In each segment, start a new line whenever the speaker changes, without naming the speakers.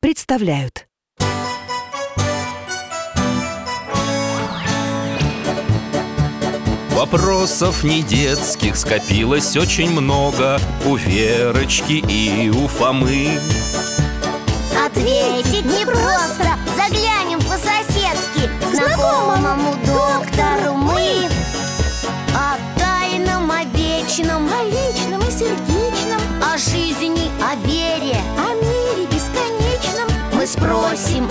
представляют
Вопросов не детских скопилось очень много У Верочки и у Фомы
Ответить непросто Заглянем по-соседски к Знакомому доктору мы О тайном, о вечном О личном и сердечном О жизни, о вере О мире бесконечном Мы спросим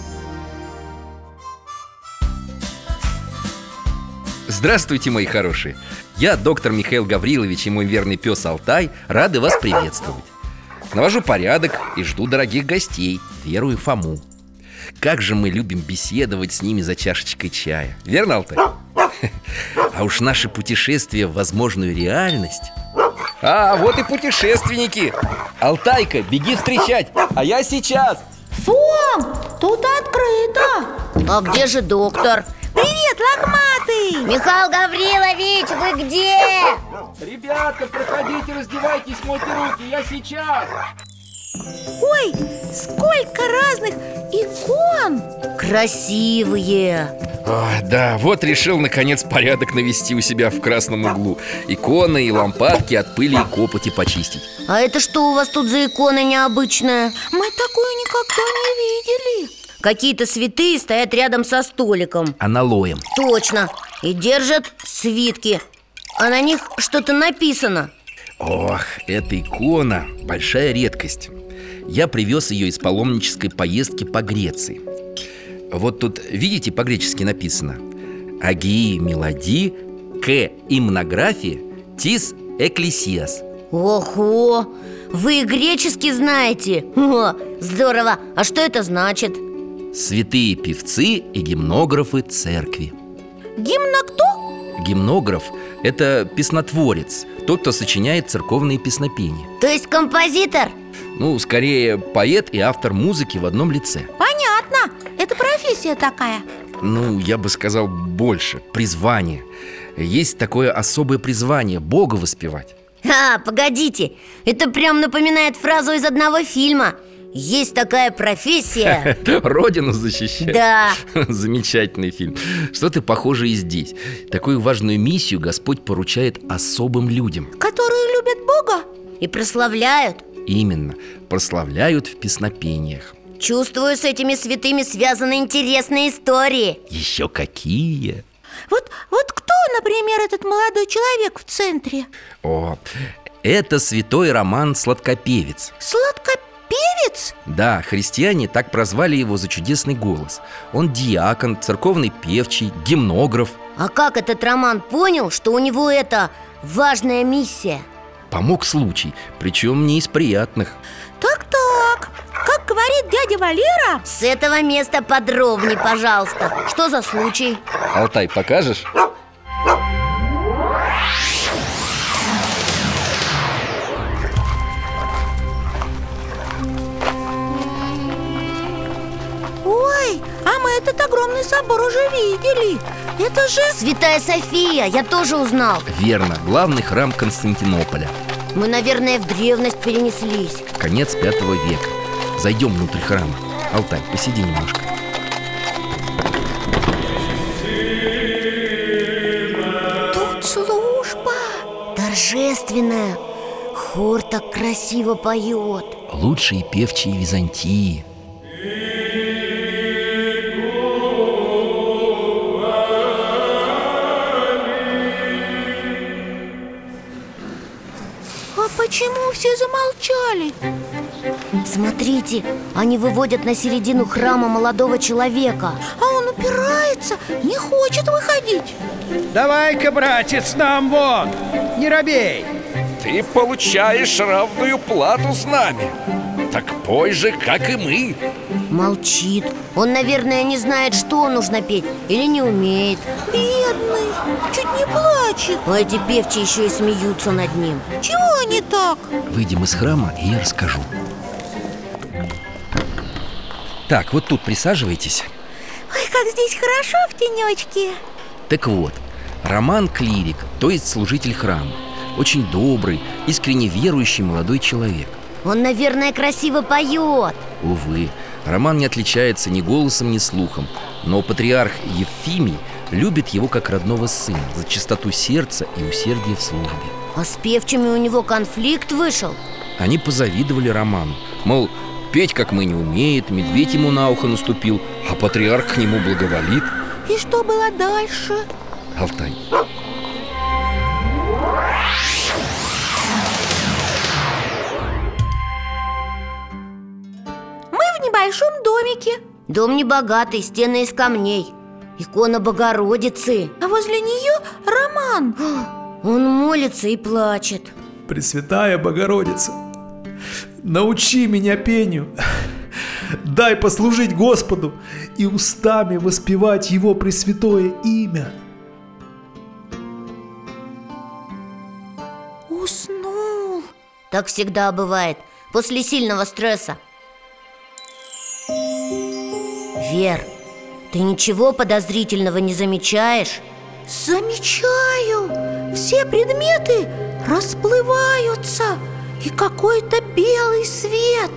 Здравствуйте, мои хорошие! Я доктор Михаил Гаврилович и мой верный пес Алтай рады вас приветствовать. Навожу порядок и жду дорогих гостей, Веру и Фому. Как же мы любим беседовать с ними за чашечкой чая. Верно, Алтай? А уж наше путешествие в возможную реальность... А, вот и путешественники! Алтайка, беги встречать, а я сейчас!
Фом, тут открыто
А где же доктор?
Привет, лохматый
Михаил Гаврилович, вы где?
Ребята, проходите, раздевайтесь, мойте руки, я сейчас
Ой, сколько разных икон
Красивые
А, да, вот решил наконец порядок навести у себя в красном углу Иконы и лампадки от пыли и копоти почистить
А это что у вас тут за икона необычная?
Мы такую никогда не видели
Какие-то святые стоят рядом со столиком
Аналоем
Точно, и держат свитки А на них что-то написано
Ох, эта икона – большая редкость Я привез ее из паломнической поездки по Греции Вот тут, видите, по-гречески написано Агии мелоди, к имнографии, тис эклесиас
Ого, вы и греческий знаете О, здорово, а что это значит?
Святые певцы и гимнографы церкви
Гимна кто?
Гимнограф – это песнотворец, тот, кто сочиняет церковные песнопения
То есть композитор?
Ну, скорее, поэт и автор музыки в одном лице
Понятно, это профессия такая
Ну, я бы сказал больше, призвание Есть такое особое призвание – Бога воспевать
А, погодите, это прям напоминает фразу из одного фильма Есть такая профессия
Родину защищать
Да,
Замечательный фильм Что-то похожее и здесь Такую важную миссию Господь поручает особым людям
Которые любят Бога?
и прославляют
Именно, прославляют в песнопениях
Чувствую, с этими святыми связаны интересные истории
Еще какие?
Вот, вот кто, например, этот молодой человек в центре?
О, это святой роман «Сладкопевец»
Сладкопевец?
Да, христиане так прозвали его за чудесный голос. Он диакон, церковный певчий, гимнограф.
А как этот Роман понял, что у него это важная миссия?
Помог случай, причем не из приятных.
Так-так, как говорит дядя Валера
С этого места подробнее, пожалуйста Что за случай?
Алтай, покажешь?
Ой, а мы этот огромный собор уже видели Это же...
Святая София, я тоже узнал
Верно, главный храм Константинополя.
Мы, наверное, в древность перенеслись
Конец пятого века. Зайдем внутрь храма. Алтай, посиди немножко.
Тут служба
Торжественная Хор так красиво поет
Лучшие певчие Византии.
А забрали
Смотрите, они выводят на середину храма молодого человека
А он упирается, не хочет выходить
Давай-ка, братец, нам вон! Не робей!
Ты получаешь равную плату с нами Так пой же, как и мы
Молчит Он, наверное, не знает, что нужно петь Или не умеет
Бедный, чуть не плачет
А эти певчи еще и смеются над ним
Чего не так?
Выйдем из храма, и я расскажу Так, вот тут присаживайтесь
Ой, как здесь хорошо в тенечке
Так вот, Роман Клирик, то есть служитель храма Очень добрый, искренне верующий молодой человек
Он, наверное, красиво поет
Увы, Роман не отличается ни голосом, ни слухом Но патриарх Ефимий любит его как родного сына За чистоту сердца и усердие в службе
А с певчими у него конфликт вышел
Они позавидовали Роману Мол, петь как мы не умеет, медведь ему на ухо наступил А патриарх к нему благоволит
И что было дальше?
Алтай
Мы в небольшом домике
Дом небогатый, стены из камней Икона Богородицы
А возле нее Роман
Он молится и плачет
Пресвятая Богородица, научи меня пению, дай послужить Господу и устами воспевать Его пресвятое имя.
Уснул
Так всегда бывает после сильного стресса. Вер, ты ничего подозрительного не замечаешь?
Замечаю, все предметы расплываются И какой-то белый свет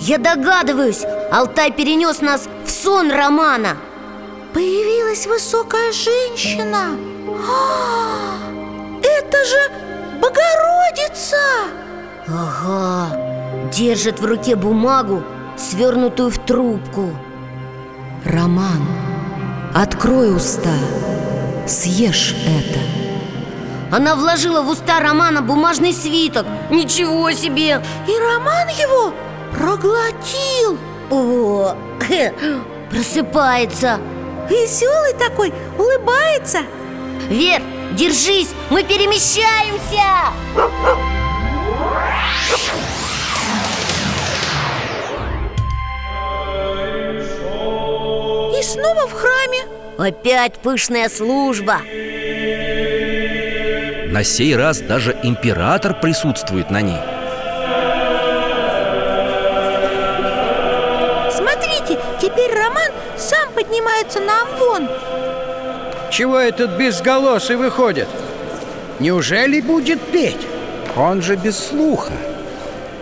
Я догадываюсь, Алтай перенес нас в сон романа.
Появилась высокая женщина А, Это же Богородица!
Ага, держит в руке бумагу, свернутую в трубку.
Роман, открой уста, съешь это.
Она вложила в уста романа бумажный свиток. Ничего себе!
И Роман его проглотил
О, просыпается.
Веселый такой, улыбается
Вер, держись, мы перемещаемся!
И снова в храме
Опять пышная служба
На сей раз даже император присутствует на ней
Смотрите, теперь Роман сам поднимается на Амвон
Чего этот безголосый выходит? Неужели будет петь? Он же без слуха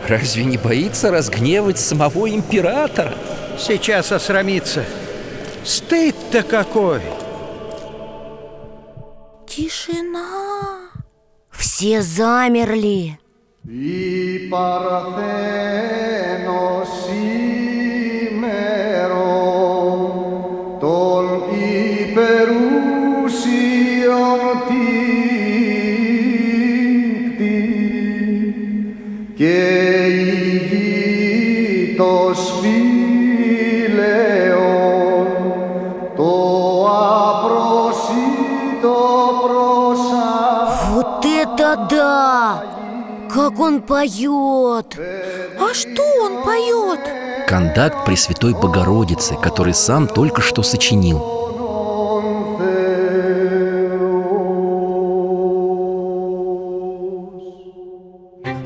Разве не боится разгневать самого императора?
Сейчас осрамится Стыд-то какой!
Тишина
Все замерли Вот это да! Как он поет!
А что он поет?
Кондакт Пресвятой Богородицы, который сам только что сочинил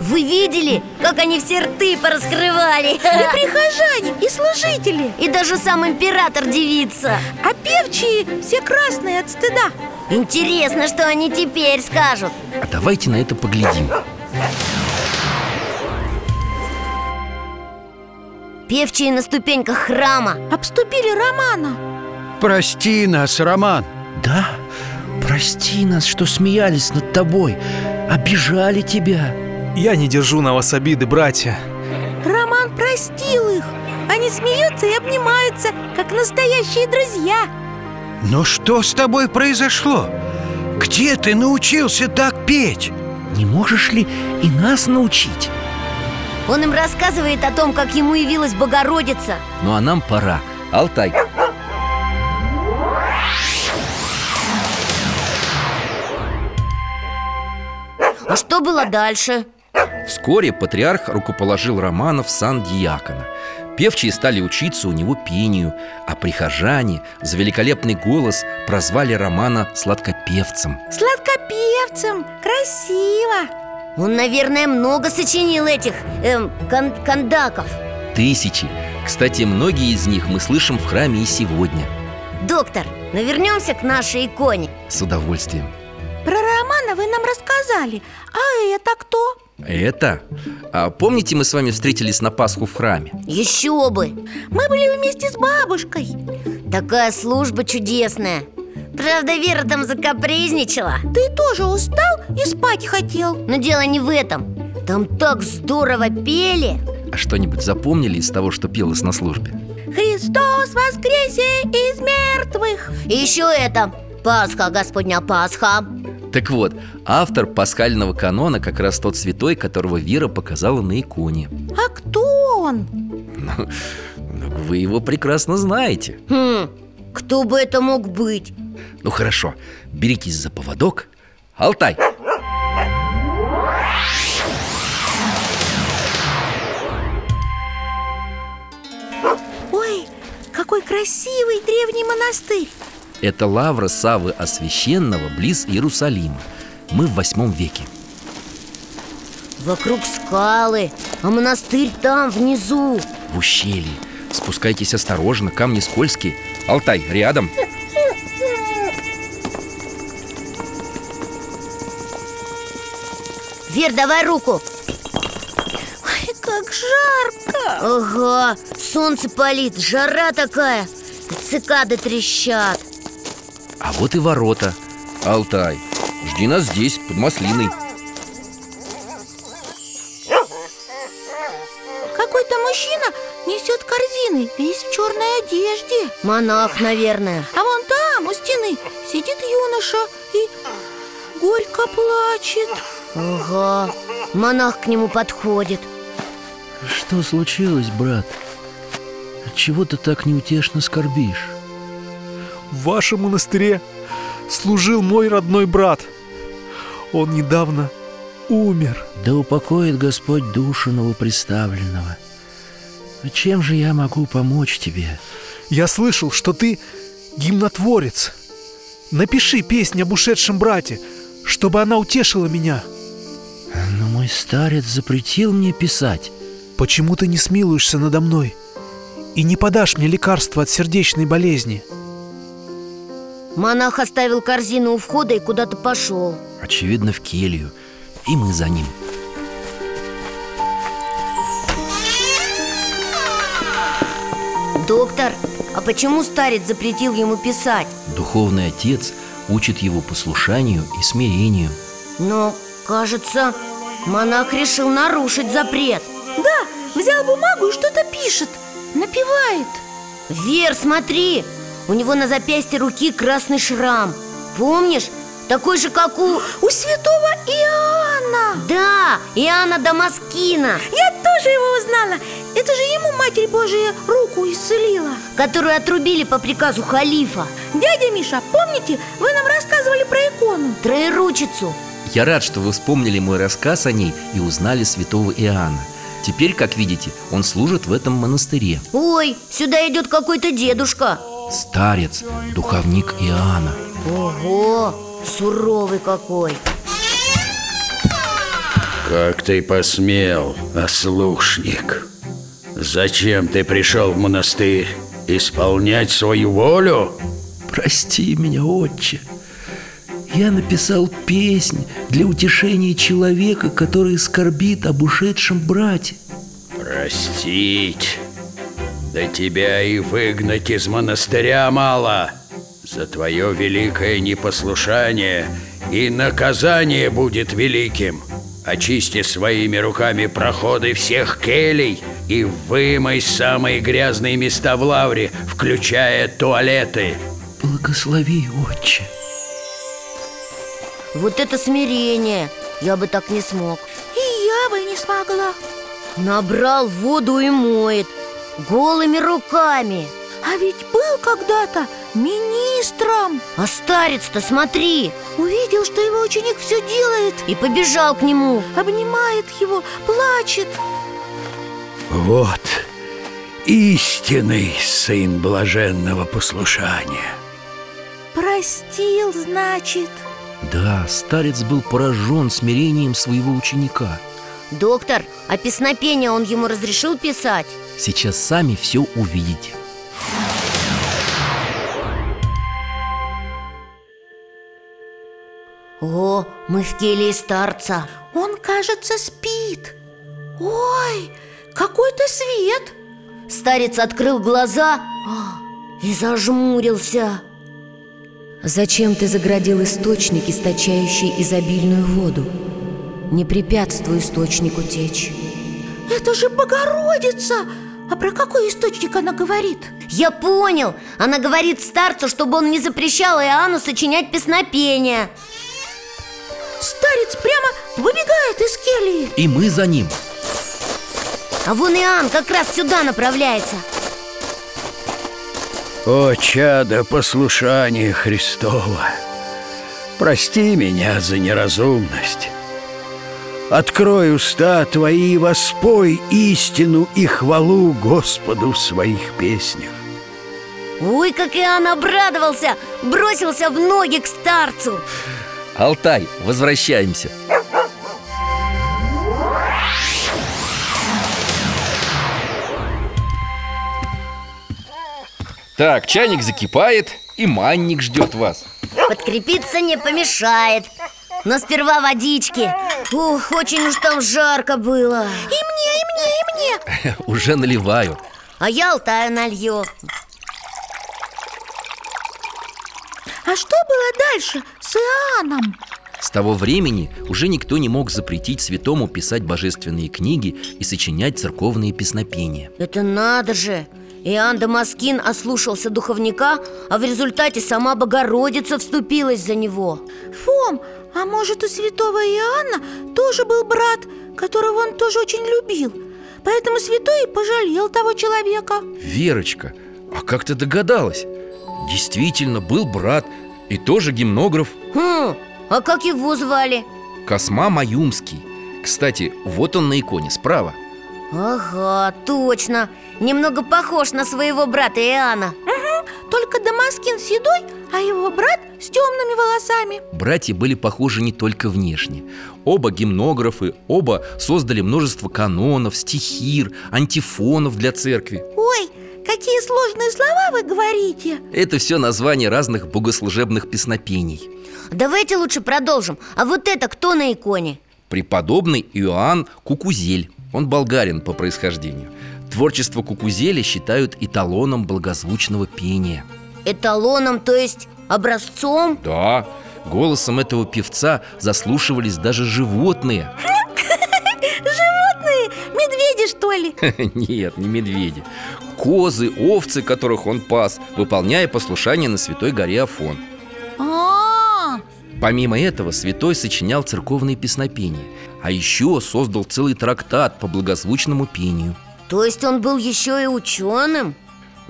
Вы видели, как они все рты пораскрывали?
И прихожане, и служители
И даже сам император девица
А певчие все красные от стыда
Интересно, что они теперь скажут
А давайте на это поглядим
Певчие на ступеньках храма
Обступили Романа
Прости нас, Роман
Да, прости нас, что смеялись над тобой Обижали тебя
Я не держу на вас обиды, братья.
Роман простил их Они смеются и обнимаются, как настоящие друзья
Но что с тобой произошло? Где ты научился так петь?
Не можешь ли и нас научить?
Он им рассказывает о том, как ему явилась Богородица
Ну а нам пора. Алтай,
А что было дальше?
Вскоре патриарх рукоположил Романов в сан диакона. Певчие стали учиться у него пению, а прихожане за великолепный голос прозвали Романа сладкопевцем.
Сладкопевцем, красиво
Он, наверное, много сочинил этих эм, кон- кондаков
Тысячи. Кстати, многие из них мы слышим в храме и сегодня.
Доктор, но вернемся к нашей иконе
С удовольствием.
Про Романа вы нам рассказали А это кто?
Это? А помните, мы с вами встретились на Пасху в храме?
Еще бы!
Мы были вместе с бабушкой
Такая служба чудесная Правда, Вера там закапризничала
Ты тоже устал и спать хотел
Но дело не в этом Там так здорово пели
А что-нибудь запомнили из того, что пелось на службе?
Христос воскресе из мертвых
И еще это Пасха, Господня Пасха
Так вот, автор пасхального канона как раз тот святой, которого Вера показала на иконе.
А кто он?
Ну, Вы его прекрасно знаете.
Хм, кто бы это мог быть?
Ну хорошо, беритесь за поводок. Алтай!
Ой, какой красивый древний монастырь
Это лавра Савы Освященного близ Иерусалима. Мы в восьмом веке.
Вокруг скалы, а монастырь там, внизу
В ущелье. Спускайтесь осторожно, камни скользкие. Алтай, рядом.
Вер, давай руку
Ой, как жарко
Ага, солнце палит, жара такая И Цикады трещат
А вот и ворота. Алтай, жди нас здесь, под маслиной.
Какой-то мужчина несет корзины, весь в черной одежде
Монах, наверное
А вон там, у стены, сидит юноша и горько плачет
Ага, монах к нему подходит
Что случилось, брат? Чего ты так неутешно скорбишь?
В вашем монастыре служил мой родной брат. Он недавно умер.
Да упокоит Господь душу новоприставленного.
А
Чем же я могу помочь тебе?
Я слышал, что ты гимнотворец. Напиши песнь об ушедшем брате, чтобы она утешила меня.
Но мой старец запретил мне писать.
Почему ты не смилуешься надо мной и не подашь мне лекарства от сердечной болезни?
Монах оставил корзину у входа и куда-то пошел
Очевидно, в келью. И мы за ним.
Доктор, а почему старец запретил ему писать?
Духовный отец учит его послушанию и смирению.
Но, кажется, монах решил нарушить запрет
Да, взял бумагу и что-то пишет, напевает
Вер, смотри, у него на запястье руки красный шрам Помнишь? Такой же, как у...
У святого Иоанна
Да, Иоанна Дамаскина
Я тоже его узнала Это же ему Матерь Божия руку исцелила
Которую отрубили по приказу халифа
Дядя Миша, помните, вы нам рассказывали про икону?
Троеручицу
Я рад, что вы вспомнили мой рассказ о ней и узнали святого Иоанна. Теперь, как видите, он служит в этом монастыре.
Ой, сюда идет какой-то дедушка
Старец, духовник Иоанна.
Ого, суровый какой
Как ты посмел, ослушник? Зачем ты пришел в монастырь? Исполнять свою волю?
Прости меня, отче. Я написал песнь для утешения человека, который скорбит об ушедшем брате.
Простить? Да тебя и выгнать из монастыря мало За твое великое непослушание И наказание будет великим Очисти своими руками проходы всех келей И вымой самые грязные места в лавре Включая туалеты
Благослови, отче.
Вот это смирение Я бы так не смог
И я бы не смогла
Набрал воду и моет голыми руками.
А ведь был когда-то министром
А старец-то смотри
Увидел, что его ученик все делает
И побежал к нему
Обнимает его, плачет
Вот истинный сын блаженного послушания.
Простил, значит
Да, старец был поражен смирением своего ученика
Доктор, а песнопение он ему разрешил писать?
Сейчас сами все увидите
О, мы в келии старца
Он, кажется, спит Ой, какой-то свет
Старец открыл глаза а, и зажмурился
Зачем ты заградил источник, источающий изобильную воду? Не препятствуй источнику течь
Это же Богородица! А про какой источник она говорит?
Я понял, она говорит старцу, чтобы он не запрещал Иоанну сочинять песнопения
Старец прямо выбегает из келии
И мы за ним
А вон Иоанн как раз сюда направляется
О, чадо послушания Христова! Прости меня за неразумность. Открой уста твои и воспой истину и хвалу Господу в своих песнях.
Ой, как Иоанн обрадовался! Бросился в ноги к старцу
Алтай, возвращаемся Так, чайник закипает, и манник ждет вас
Подкрепиться не помешает Но сперва водички Ух, очень уж там жарко было
И мне, и мне, и мне
Уже наливаю
А я Алтаю налью
А что было дальше с Иоанном?
С того времени уже никто не мог запретить святому писать божественные книги и сочинять церковные песнопения
Это надо же! Иоанн Дамаскин ослушался духовника, а в результате сама Богородица вступилась за него
Фом, а может у святого Иоанна тоже был брат, которого он тоже очень любил Поэтому святой и пожалел того человека
Верочка, а как ты догадалась? Действительно, был брат и тоже гимнограф
хм, А как его звали?
Косма Маюмский Кстати, вот он на иконе справа
Ага, точно Немного похож на своего брата Иоанна
угу. Только Дамаскин седой, а его брат с темными волосами
Братья были похожи не только внешне Оба гимнографы, оба создали множество канонов, стихир, антифонов для церкви
Ой, какие сложные слова вы говорите
Это все названия разных богослужебных песнопений
Давайте лучше продолжим А вот это кто на иконе?
Преподобный Иоанн Кукузель Он болгарин по происхождению Творчество Кукузеля считают эталоном благозвучного пения
Эталоном, то есть образцом?
Да, голосом этого певца заслушивались даже животные
Животные? Медведи, что ли?
Нет, не медведи Козы, овцы, которых он пас, выполняя послушание на Святой горе Афон
А.
Помимо этого, святой сочинял церковные песнопения, а еще создал целый трактат по благозвучному пению.
То есть он был еще и ученым?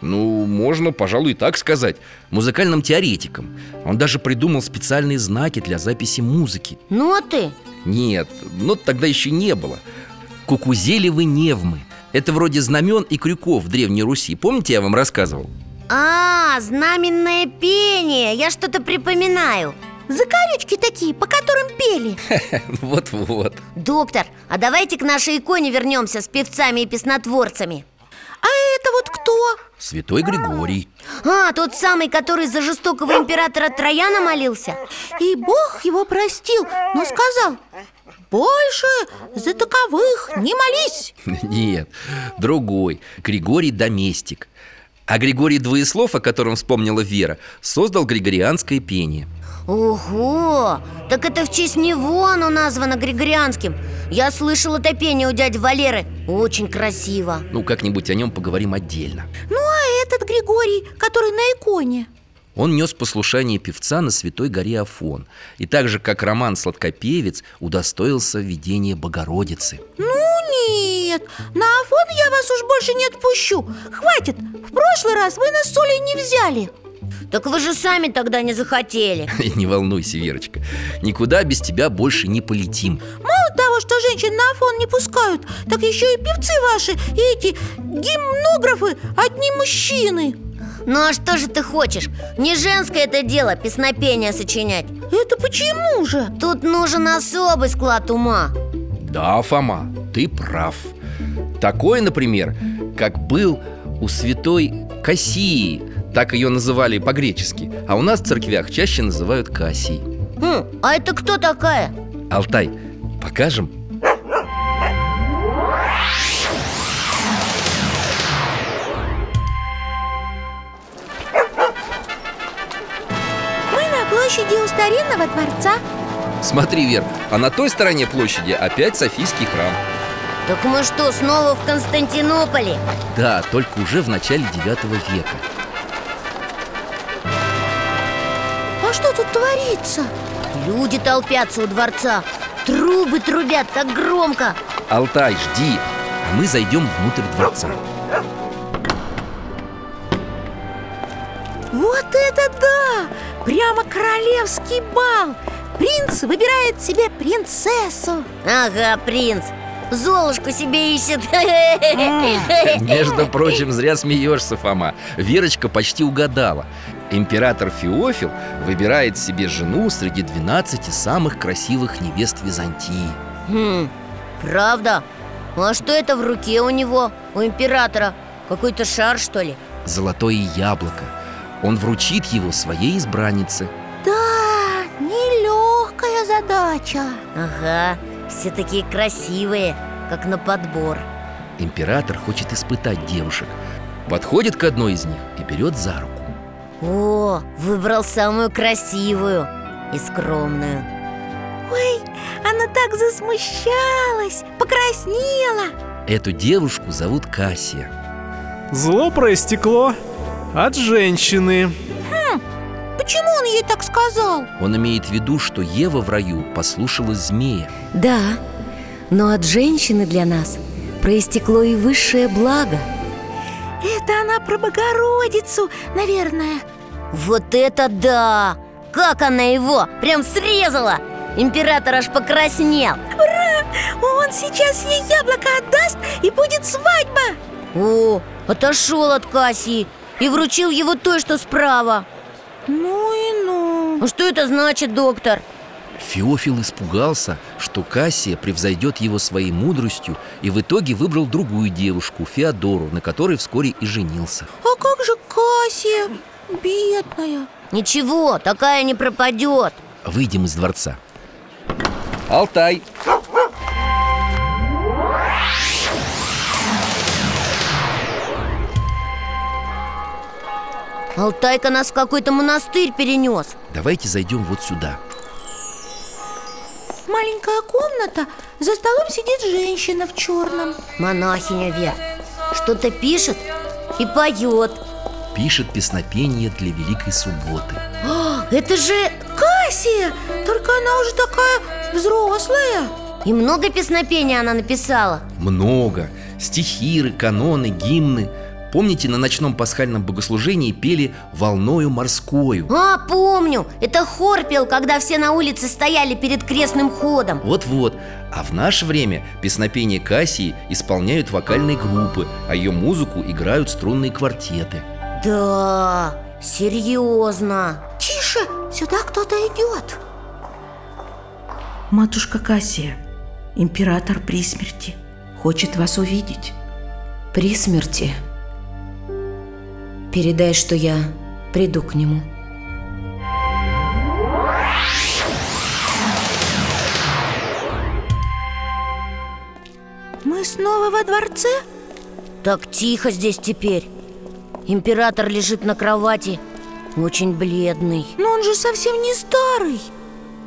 Ну, можно, пожалуй, и так сказать Музыкальным теоретиком Он даже придумал специальные знаки для записи музыки
Ноты?
Нет, нот тогда еще не было Кукузелевы невмы Это вроде знамен и крюков в Древней Руси Помните, я вам рассказывал?
А, знаменное пение Я что-то припоминаю
Закорючки такие, по которым пели
Вот-вот
Доктор, а давайте к нашей иконе вернемся с певцами и песнотворцами
А это вот кто?
Святой Григорий
А, тот самый, который за жестокого императора Трояна молился
И Бог его простил, но сказал больше за таковых не молись
Нет, другой, Григорий Доместик А Григорий Двоеслов, о котором вспомнила Вера, создал григорианское пение
Ого! Так это в честь него оно названо григорианским Я слышала это пение у дяди Валеры Очень красиво
Ну, как-нибудь о нем поговорим отдельно
Ну, а этот Григорий, который на иконе
Он нес послушание певца на святой горе Афон И так же, как Роман Сладкопевец, удостоился видения Богородицы
Ну нет, на Афон я вас уж больше не отпущу Хватит, в прошлый раз вы нас с Олей не взяли
Так вы же сами тогда не захотели
Не волнуйся, Верочка, никуда без тебя больше не полетим
Мало того, что женщин на Афон не пускают Так еще и певцы ваши, и эти гимнографы одни мужчины
Ну а что же ты хочешь? Не женское это дело песнопение сочинять
Это почему же?
Тут нужен особый склад ума
Да, Фома, ты прав Такой, например, как был у святой Кассии Так ее называли по-гречески А у нас в церквях чаще называют Кассией
Хм, а это кто такая?
Алтай, покажем?
Мы на площади у старинного дворца
Смотри, Вер, а на той стороне площади опять Софийский храм
Так мы что, снова в Константинополе?
Да, только уже в начале 9 века
А что тут творится?
Люди толпятся у дворца Трубы трубят так громко
Алтай, жди, а мы зайдем внутрь дворца
Вот это да! Прямо королевский бал! Принц выбирает себе принцессу
Ага, принц Золушку себе ищет
Между прочим, зря смеешься, Фома Верочка почти угадала Император Феофил выбирает себе жену среди 12 самых красивых невест Византии
Хм, правда? А что это в руке у него, у императора? Какой-то шар, что ли?
Золотое яблоко Он вручит его своей избраннице
Да, нелегкая задача
Ага, все такие красивые, как на подбор
Император хочет испытать девушек Подходит к одной из них и берет за руку
О, выбрал самую красивую и скромную
Ой, она так засмущалась, покраснела
Эту девушку зовут Кассия
Зло проистекло от женщины
Хм, почему он ей так сказал?
Он имеет в виду, что Ева в раю послушалась змея
Да, но от женщины для нас проистекло и высшее благо
Это она про Богородицу, наверное
Вот это да! Как она его прям срезала! Император аж покраснел
Ура! Он сейчас ей яблоко отдаст и будет свадьба
О, отошел от Кассии и вручил его той, что справа
Ну и ну
А что это значит, доктор?
Феофил испугался, что Кассия превзойдет его своей мудростью И в итоге выбрал другую девушку, Феодору, на которой вскоре и женился
А как же Кассия, бедная
Ничего, такая не пропадет
Выйдем из дворца Алтай,
Алтайка нас в какой-то монастырь перенес
давайте зайдем вот сюда
Маленькая комната, за столом сидит женщина в черном
Монахиня Вер что-то пишет и поет
Пишет песнопение для Великой Субботы
А, это же...
Кассия, только она уже такая взрослая
И много песнопений она написала
Много Стихиры, каноны, гимны Помните, на ночном пасхальном богослужении пели «Волною морскою»
А, помню, это хор пел, когда все на улице стояли перед крестным ходом
Вот-вот. А в наше время песнопение Кассии исполняют вокальные группы, а ее музыку играют струнные квартеты.
Да, серьезно
Тише, сюда кто-то идет
Матушка Кассия, император при смерти, хочет вас увидеть.
При смерти Передай, что я приду к нему
Мы снова во дворце?
Так тихо здесь теперь Император лежит на кровати, очень бледный
Но он же совсем не старый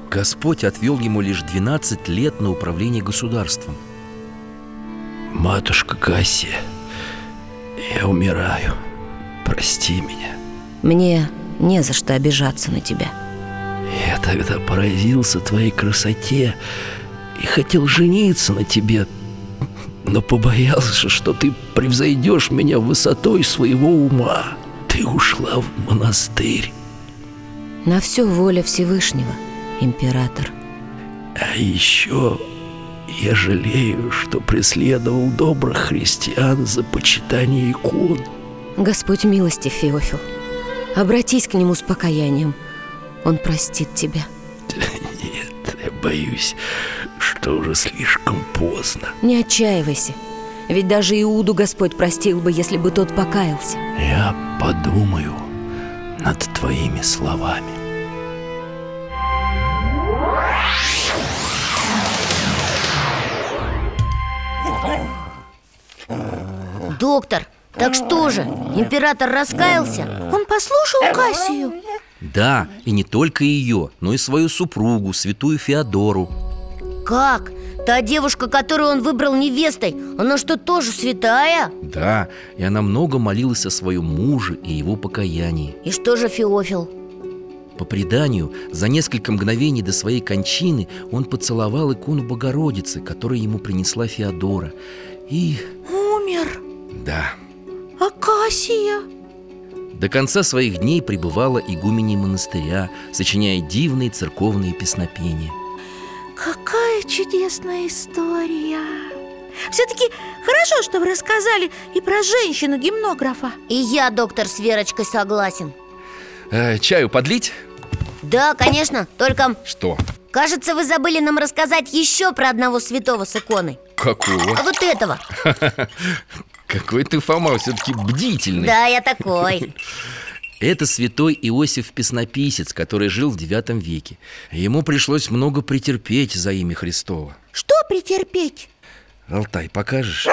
Господь отвел ему лишь 12 лет на управление государством.
Матушка Кассия, я умираю. Прости меня.
Мне не за что обижаться на тебя.
Я тогда поразился твоей красоте и хотел жениться на тебе, но побоялся, что ты превзойдешь меня высотой своего ума. Ты ушла в монастырь,
На все воля Всевышнего, император.
а еще я жалею, что преследовал добрых христиан за почитание икон.
Господь милости, Феофил. Обратись к нему с покаянием. Он простит тебя.
Я боюсь, что уже слишком поздно.
Не отчаивайся. Ведь даже Иуду Господь простил бы, если бы тот покаялся.
Я подумаю над твоими словами.
Доктор, так что же, император раскаялся?
Он послушал Кассию?
Да, и не только ее, но и свою супругу, святую Феодору
Как? Та девушка, которую он выбрал невестой, она что, тоже святая?
Да, и она много молилась о своем муже и его покаянии
И что же Феофил?
По преданию, за несколько мгновений до своей кончины он поцеловал икону Богородицы, которую ему принесла Феодора И,
Умер.
да,
А Кассия?
до конца своих дней пребывала игуменей монастыря, сочиняя дивные церковные песнопения
Какая чудесная история Все-таки хорошо, что вы рассказали и про женщину-гимнографа
И я, доктор, с Верочкой согласен
Э, Чаю подлить?
Да, конечно, только,
Что?
кажется, вы забыли нам рассказать еще про одного святого с иконой
Какого?
А вот этого
Какой ты, Фома, все-таки бдительный
Да, я такой
Это святой Иосиф Песнописец, который жил в IX веке Ему пришлось много претерпеть за имя Христова
Что претерпеть?
Алтай, покажешь?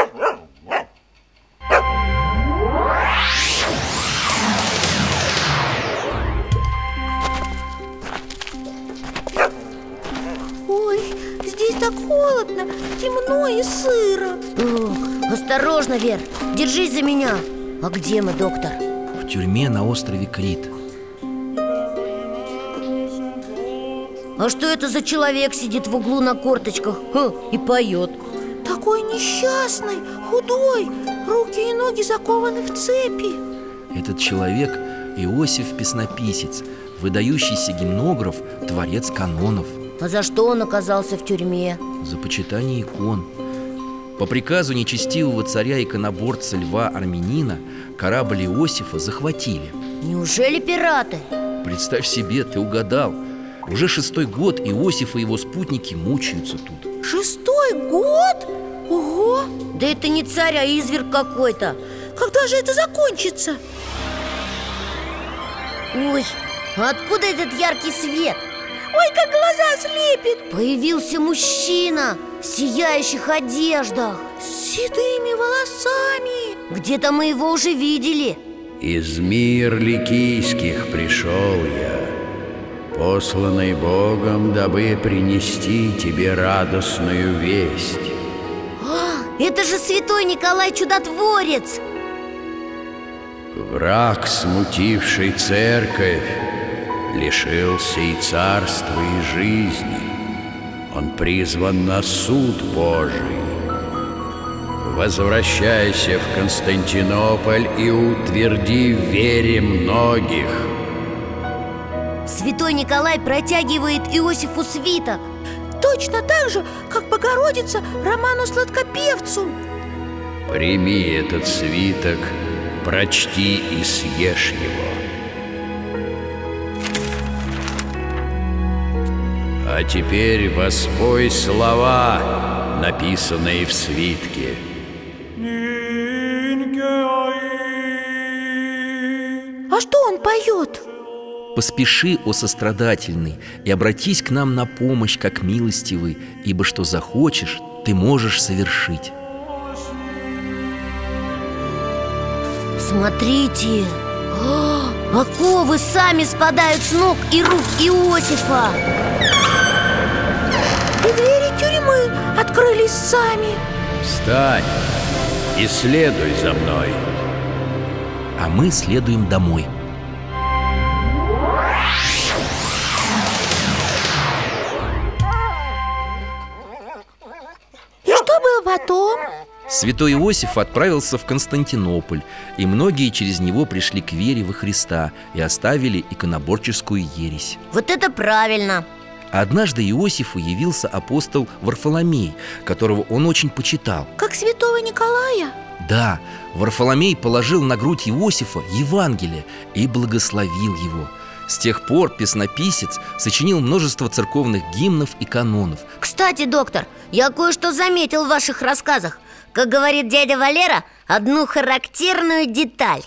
Ой, здесь так холодно, темно и сыро
Ох, Осторожно, Вер, держись за меня А где мы, доктор?
В тюрьме на острове Крит
А что это за человек сидит в углу на корточках Ха, и поет?
Такой несчастный, худой Руки и ноги закованы в цепи
Этот человек Иосиф Песнописец, выдающийся гимнограф, творец канонов
А за что он оказался в тюрьме?
за почитание икон. По приказу нечестивого царя-иконоборца Льва Армянина корабль Иосифа захватили.
Неужели пираты?
Представь себе, ты угадал. Уже шестой год Иосиф и его спутники мучаются тут.
Шестой год? Ого!
Да это не царь, а изверг какой-то
Когда же это закончится?
Ой, а откуда этот яркий свет?
Ой, как глаза слепит
Появился мужчина в сияющих одеждах
С седыми волосами
Где-то мы его уже видели
Из мир ликийских пришел я, посланный Богом, дабы принести тебе радостную весть.
А, это же святой Николай Чудотворец
Враг, смутивший церковь, лишился и царства, и жизни. Он призван на суд Божий. Возвращайся в Константинополь и утверди в вере многих.
Святой Николай протягивает Иосифу свиток
Точно так же, как Богородица Роману Сладкопевцу
Прими этот свиток, прочти и съешь его. А теперь воспой слова, написанные в свитке.
А что он поет?
Поспеши, о сострадательный, и обратись к нам на помощь, как милостивый, ибо что захочешь, ты можешь совершить.
Смотрите А, Оковы сами спадают с ног и рук Иосифа
И двери тюрьмы открылись сами
Встань и следуй за мной.
А мы следуем домой.
потом?
Святой Иосиф отправился в Константинополь, и многие через него пришли к вере во Христа и оставили иконоборческую ересь.
Вот это правильно
Однажды Иосифу явился апостол Варфоломей, которого он очень почитал.
Как святого Николая?
Да, Варфоломей положил на грудь Иосифа Евангелие и благословил его. С тех пор песнописец сочинил множество церковных гимнов и канонов.
Кстати, доктор, я кое-что заметил в ваших рассказах Как говорит дядя Валера, одну характерную деталь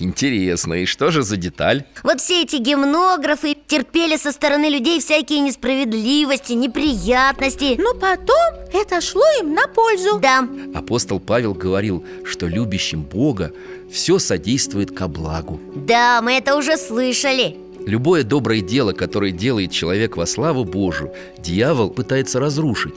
Интересно, и что же за деталь?
Вот все эти гимнографы терпели со стороны людей всякие несправедливости, неприятности
Но потом это шло им на пользу
Да
Апостол Павел говорил, что любящим Бога все содействует ко благу.
Да, мы это уже слышали
Любое доброе дело, которое делает человек во славу Божию, дьявол пытается разрушить.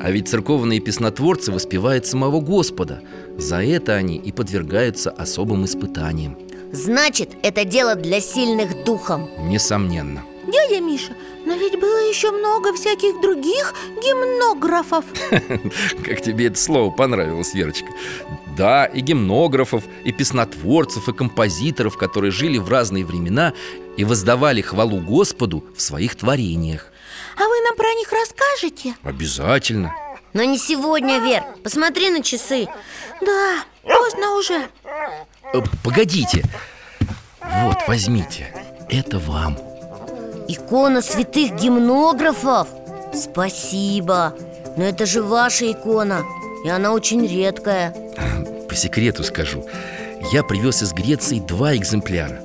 А ведь церковные песнотворцы воспевают самого Господа. За это они и подвергаются особым испытаниям.
Значит, это дело для сильных духом
Несомненно.
Дядя Миша, но ведь было еще много всяких других гимнографов
Как тебе это слово понравилось, Верочка? Да, и гимнографов, и песнотворцев, и композиторов, которые жили в разные времена и воздавали хвалу Господу в своих творениях.
А вы нам про них расскажете?
Обязательно.
Но не сегодня, Вер Посмотри на часы
Да, поздно уже
Э, Погодите. Вот, возьмите. Это вам.
Икона святых гимнографов? Спасибо Но это же ваша икона И она очень редкая
По секрету скажу. Я привез из Греции два экземпляра.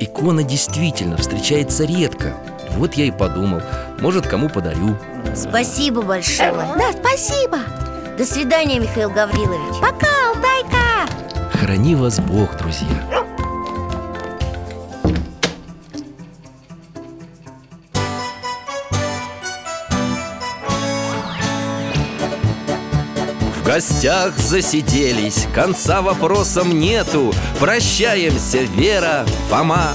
Икона действительно встречается редко. Вот я и подумал, может, кому подарю.
Спасибо большое
Да, спасибо
До свидания, Михаил Гаврилович
Пока, Алтайка
Храни вас Бог, друзья.
В гостях засиделись, конца вопросам нету Прощаемся, Вера, Фома